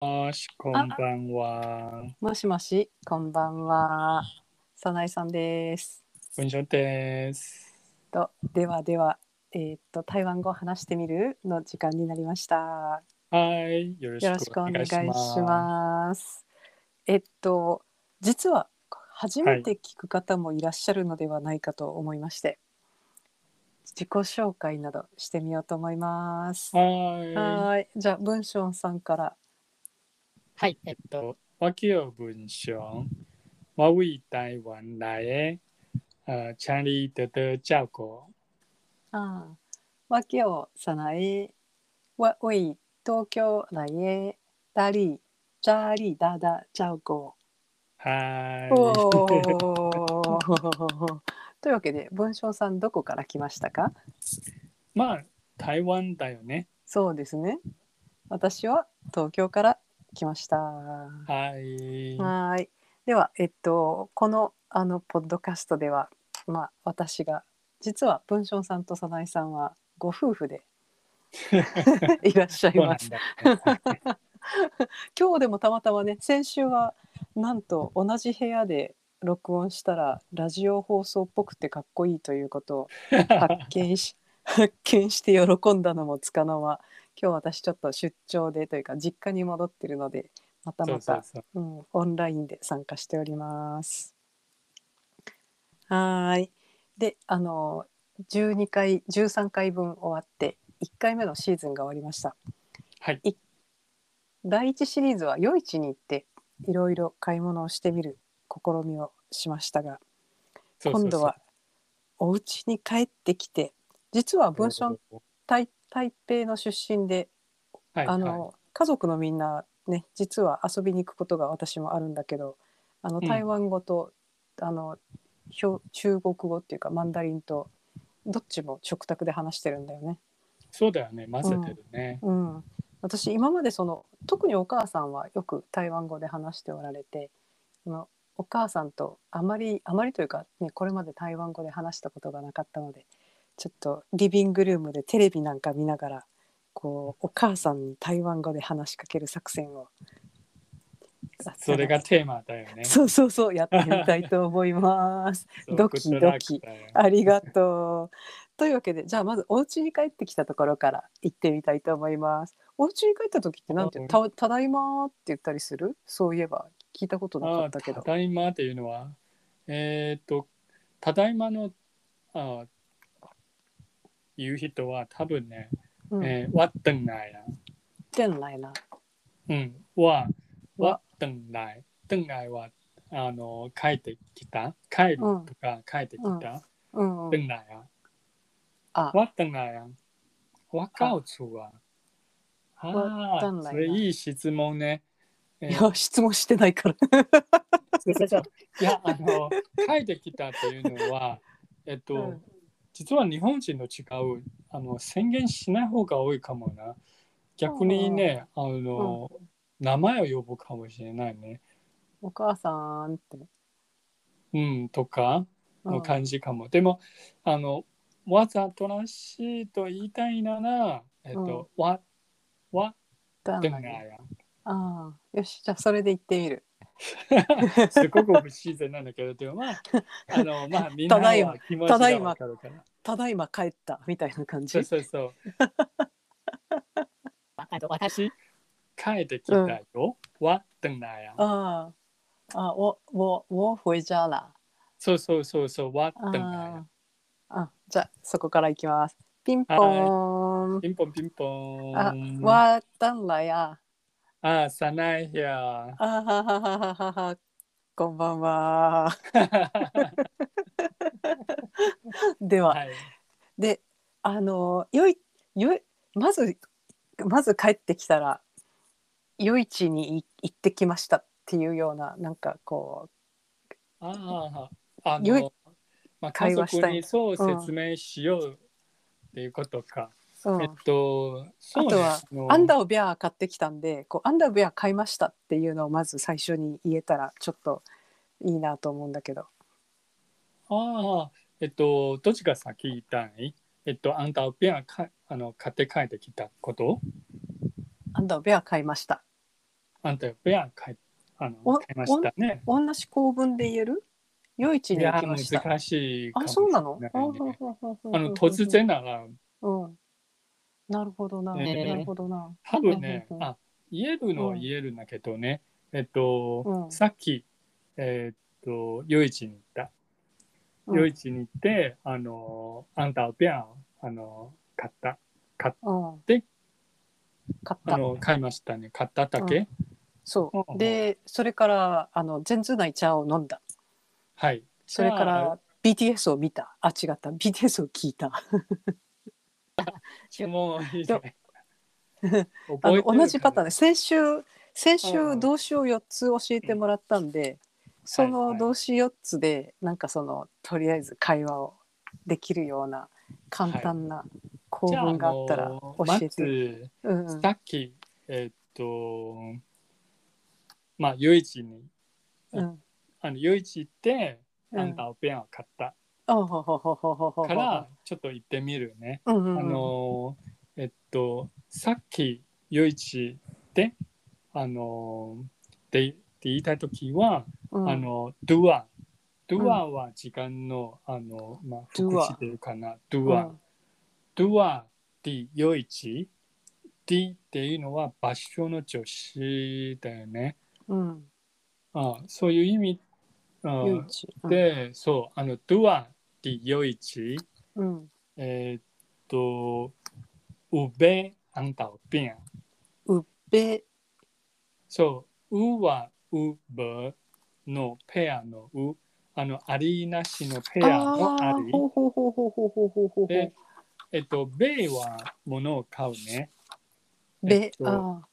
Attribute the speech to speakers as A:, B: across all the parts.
A: もし、こんばんは。
B: もしもし、こんばんは。さなえさんです。
A: 文章です。
B: と、ではでは、えーっと、台湾語話してみるの時間になりました。
A: はい、よろ
B: よろ
A: し
B: し
A: く
B: く
A: お
B: お願
A: 願
B: い
A: い
B: し
A: します。
B: ます。えっと、実は初めて聞く方もいらっしゃるのではないかと思いまして。自己紹介などしてみようと思います。
A: は
B: はい、じゃあ、文章さんから。
C: はい、えっ
A: い。
C: と、
A: わきよ文章。わい台湾来へ。あ、チャンリーでで教こ。
B: ああ、わけをさない。わ、おい、東京来へ。だり、じゃりだだ、ちゃうこ。
A: は
B: おーというわけで、文章さん、どこから来ましたか。
A: い。 まあ、台湾だよね。
B: そうですね。私は東京から来ました。は
A: はい。
B: ーい。では、えっと、この、あの、ポッドキャストでは、まあ、私が。実は、文章さんと早苗さんは、ご夫婦で。いらっしゃ
A: そう
B: い
A: な
B: ま
A: ん
B: す。
A: だ。
B: 今日でもたまたまね先週はなんと同じ部屋で録音したらラジオ放送っぽくてかっこいいということを発見し発見して喜んだのもつかの間今日私ちょっと出張でというか実家に戻ってるのでまた
A: そ
B: ま
A: うそう
B: た
A: そう。
B: うん、オンラインで参加しております。はーい。で、あの12回、13回分終わって1回目のシーズンが終わりました。
A: はい
B: 第1シリーズは夜市に行っていろいろ買い物をしてみる試みをしましたが、
A: そうそうそう
B: 今度は。お家に帰ってきて、実は文章台台北の出身で
A: はい。
B: あ
A: はい
B: の、家族のみんなね実は遊びに行くことが私もあるんだけどあの
A: うん
B: 台湾語と、あのひょ中国語っていうかマンダリンとどっちも食卓で話してるんだよね。
A: そうだよね。混ぜてるね。
B: うん、私今までその特にお母さんはよく台湾語で話しておられてそのお母さんとあまりあまりというか、ね、これまで台湾語で話したことがなかったのでちょっとリビングルームでテレビなんか見ながらこうお母さんに台湾語で話しかける作戦を
A: それがテーマだよね。
B: そうそうそうやってみたいと思います。 ドキドキ
A: グッドラックだよ。
B: ありがとう。というわけで、じゃあまずお家に帰ってきたところから行ってみたいと思います。お家に帰った時ってなんて
A: うん
B: たただいまーって言ったりするそういえば聞いたことなか
A: あ
B: ったけど。
A: ただいまっていうのは、えーっと、ただいまの、あ言う人は多分ね、
B: うん、
A: えー、わったんないな。
B: てんないな。
A: うん、は、
B: わ
A: わったんない。たんないは、あの、帰ってきた帰るとか、帰ってきた
B: うんう
A: た
B: ん。
A: んないや。
B: あ、
A: わったんないや。わかうつは。
B: わ
A: あ
B: ったんな
A: あ、
B: いな
A: それいい質問ね。え
B: い
A: ー
B: や、質問してないから。
A: いや、あの、書いてきたっていうのは、えっと、
B: うん
A: 実は日本人の違う、あの、宣言しない方が多いかもな。逆にね、あの、名前を呼ぶかもしれないね。
B: お母さんって。
A: うん、とか
B: う
A: の
B: ん
A: 感じかも。でも、あの、わざとらしいと言いたいなら、えっと、わ、わ
B: て
A: って
B: ん
A: な
B: ない
A: い
B: な。
A: や。
B: ああ、よし、じゃあそれで行ってみる。
A: すごく不自然なんだけど、でもまあ、あの、ま あ、みんな
B: ただいま
A: は気持ちがわかるから。
B: ただいま帰ったみたいな感 じ
A: そう。そうそ う。
C: わあと私、
A: 帰ってきたよ。わ、等来や。
B: ああ、あ、我我我回家了。
A: そうそうそうそう、わ、等来
B: あ
A: や。
B: ーあ、じゃあそこから行きます。ピンポーン。
A: ピンポンピンポ
B: あ
A: ン。、
B: わたんらや。
A: あ、さないや。
B: あはははははは。こんばんは。 では、
A: はい。
B: で、あの、よい、よい、まず、まず帰ってきたら。夜市にい行ってきましたっていうような、なんかこ
A: ああ、あ
B: よい
A: の、まあ、家
B: 会話した
A: 族
B: い
A: にそう
B: うん
A: 説明しようっていうことか。
B: う。う
A: えっ
B: ん。
A: と、そう
B: あとは
A: ね。
B: アン
A: ー
B: ダーをビアー買ってきたんで、こうアンダーをビアー買いましたっていうのをまず最初に言えたら、ちょっと。いいなと思うんだけど。
A: ああ、えっと、どっちが先言いたいえっと、あんたをペアかあの買って帰ってきたこと
B: アンダーをビアー買いました。
A: あんたよペア買いあ
B: お
A: の買いましたね。
B: 同じ構文で言える夜市
A: い
B: に行
A: や
B: きました。
A: 難しいかもし
B: あ、
A: れ
B: そう
A: な
B: ないの、
A: ね
B: あほうほうほうほうほう
A: あの突。然なら
B: うん。なるほどな。
A: ね
B: なるほどな。
A: 多分ね
B: うんうんうん
A: あ言えるのは言えるんだけどね、えっと、
B: うん
A: さっきえっと夜市に行った
B: うん
A: 夜市に行って、あのあんたはペアあの買った
B: うん。
A: で
B: 買っ
A: あ
B: た。
A: の買いましたね買っただけ、
B: うそ
A: うん
B: う。で、それから、あの、全通内茶を飲んだ。
A: はい
B: それか
A: じゃ
B: ら、BTS を見た。あ、違った。BTS を聞いた。
A: あもういい
B: でも
A: ね 覚
B: あ
A: え
B: の
A: てる
B: 同じパターンで先週先
A: うんう
B: 週
A: ん
B: 動詞を4つ教えてもらったんで、その動詞4つでなんかそのとりあえず会話をできるような簡単な構
A: じゃあ
B: 文があったら
A: あの
B: 教えて、うんう
A: まず
B: ん
A: さっきえっとまあ夜市に
B: うん
A: あの夜市行って、
B: うん
A: あんたはペアを買った
B: おほほほほほほ
A: からちょっと行ってみるね、
B: うんうんうん
A: あのえっとさっき夜市であのでって言いたい時は、
B: うん
A: あのドゥアドゥアは時間の、あのまあ
B: ドゥ
A: 副
B: ア
A: 詞でいうかなドゥア、ドゥアで夜市でっていうのは場所の助詞だよね
B: うんうん
A: あそういう意味あ
B: 唯一
A: で、そう、あの、ドゥアディヨイチ、
B: うん
A: えーっと、ウベアンタオピン。
B: で
A: そう、ウはウブのペアのウ、あの、ありなしのペ
B: あ
A: アのあ
B: あ
A: り。
B: ほうほうほうほうほうほうほうほう
A: で、えっと、ベイは物を買うね。え
B: べ
A: っと
B: あ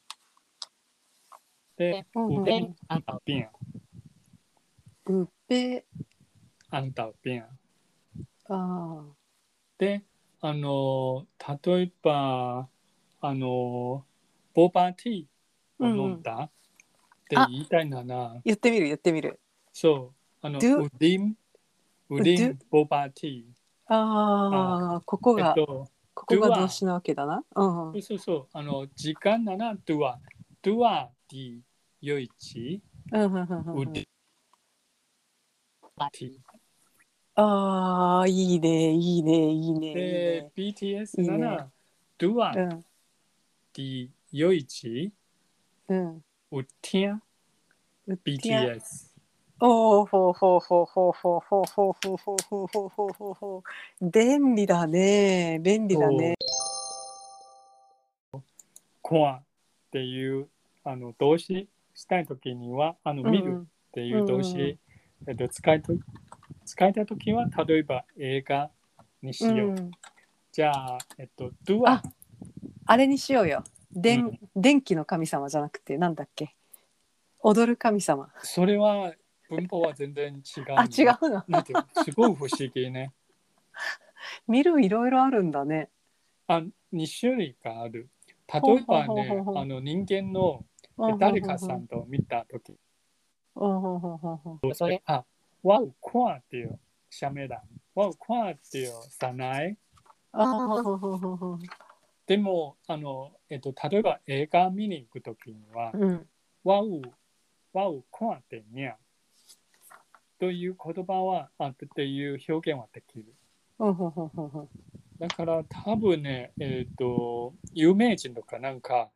A: で、
B: ーうん
A: ウ
B: う
A: ベ
B: ん
A: アンタオピン、
B: うんうべ
A: アンタオピン。
B: あー
A: で、あの、例えば、あの、ボーバーティーを飲んだ、って言いたいなら、
B: 言ってみる言ってみる
A: そう、あの、
B: Do-
A: ウディン、ウディン
B: Do-、
A: ボバティ。
B: ああここ
A: え
B: が
A: っと、
B: ここが
A: do は
B: 動詞なわけだな。うん
A: そうそうそう、あの、時間なら、ドゥア、ドゥア、ディ、ヨイチ、ウディン、
C: バ
A: ティ。
B: ああ、いいね、いいね、いいね。いい
A: で
B: ね、
A: BTS ない
B: い
A: ら、ドゥア、
B: う
A: デ
B: ん、
A: ィ、ヨイチ、
B: うん。
A: ウティン、BTS。
B: おお、ほうほうほうほうほうほうほうほうほうほうほうほうほう。便利だね、便利だね。
A: コアっていう、あの、動詞したいときには、あの、
B: うん
A: 見るっていう動詞、
B: うんうん
A: えっと、使いと、使いたいときは、例えば映画にし
B: う
A: よう。
B: ん。
A: じゃあ、えっと、ドゥア
B: あ、あれにしようよ。で、
A: うん
B: 電気の神様じゃなくて、なんだっけ。踊る神様。
A: それは文法は全然違う、
B: あ、違。うな。
A: なんていうのすごい不思議ね。
B: 見るいろいろあるんだね。
A: あ、2種類がある。例えば
B: ほうほうほう
A: ね
B: ほう、ほう
A: あの人間の誰かさんと見たとき、
B: うん。うんうんうんうん
C: それ、
A: あ、ワウコアっていう社名だ。ワウコアっていうさない。
B: あーほうほうほうほう
A: でも、あの、えっと、例えば映画見に行くときには、
B: うん。
A: わう、わうこわてにゃ。という言葉は、あっていう表現はできる。
B: うんうんうんうんうん
A: だから多分ね、えっ、と、有名人とかなんか、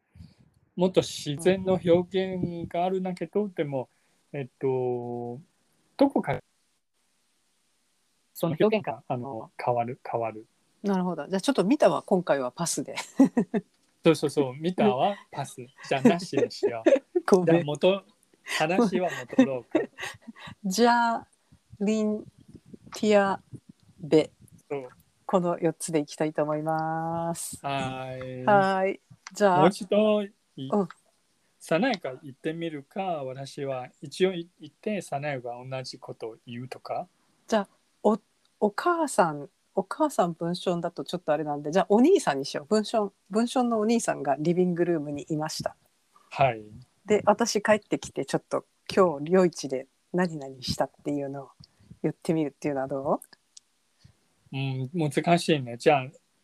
A: もっと自然の表現があるんだけど、でも、えっ、と、どこか
C: その表現が、
A: あの変わる、変わる。
B: なるほど。じゃあちょっと見たは今回はパスで。
A: そうそうそう、見たはパス。じゃあなしにしよ う。
B: ご
A: じゃ
B: め
A: あ
B: ん。
A: 元、話は戻ろうか。
B: じゃあリンティアベ
A: そう
B: この四つでいきたいと思います。
A: はい。
B: はーい。じゃ
A: もう
B: あ
A: 一度い
B: うん、
A: さなやか言ってみるか、私は一応い言って、さなやが同じことを言うとか。
B: お母さんお母さん文章だとちょっとあれなんでじゃあお兄さんにしよう。文章文章のお兄さんがリビングルームにいました。
A: はい。
B: で私帰ってきてちょっと今日夜市で何々したっていうのを言ってみるっていうのはど
A: うん、難しいね。じゃ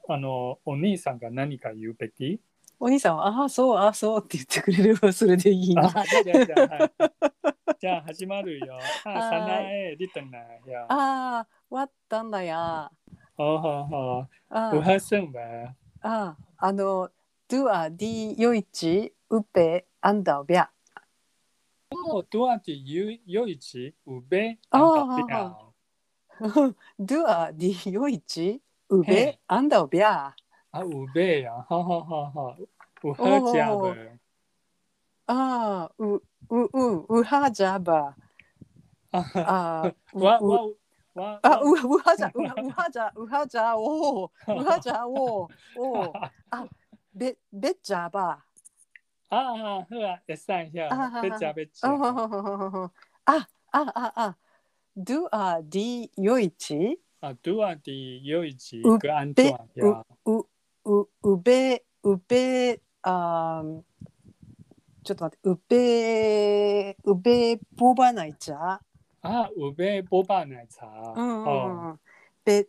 A: あ、あの、お兄さんが何か言うべき
B: お兄さんは「ああそうああそう」って言ってくれればそれでいい
A: あ
B: あ
A: じゃあじゃあじゃあ、は い、じゃあ始まるよ。あ、
B: は
A: さ
B: い
A: なえ、りたなや。
B: あー終わったんだや
A: あは
B: あ
A: は。
B: ー
A: うはせんわ。
B: あーあの「ドゥアディヨイチウペアンダオビャ
A: もう、どうやってゆよいち、うべ、
B: あー
A: んたぴゃん」
B: ドゥアディヨイチウペアンダオビャ
A: あ、うべや。はははは。うはじゃ
B: お
A: ぶ。
B: あーううううはじゃば
A: あは
B: あーう
A: わ
B: う
A: わわ。
B: あ、う、うはじゃ、うは、うはじゃ、うはじゃ、おお、うはじゃ、おお、お お、べ、べっちゃば。
A: ああ、ふわ、えさんや
B: あはは。
A: べちゃべち
B: あ、
A: ゃ。
B: あ、あ、あ、あ。do a d よいち、
A: あ、どうやってよいち、
B: う
A: くあんとわや。
B: う、う、うべ、うべ、あー。ちょっと待って、うべ、うべ、ぼばないちゃ。
A: あ、うべ、ぼばなちゃ。
B: うんう
A: あ
B: んうん。べ、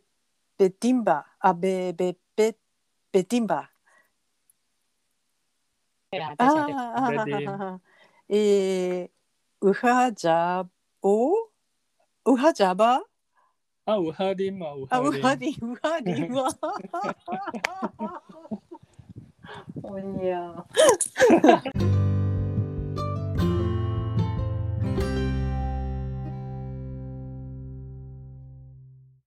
B: べティンバ、あ、べ、べ、べ、べティンバ。あ
C: 私は
B: あ
A: ベディ
B: ああえー、ウハジャボウハジャバ
A: あ、うはりんま、う
B: あウ
A: は
B: ハ
A: りん。
B: ディウハディはおにゃ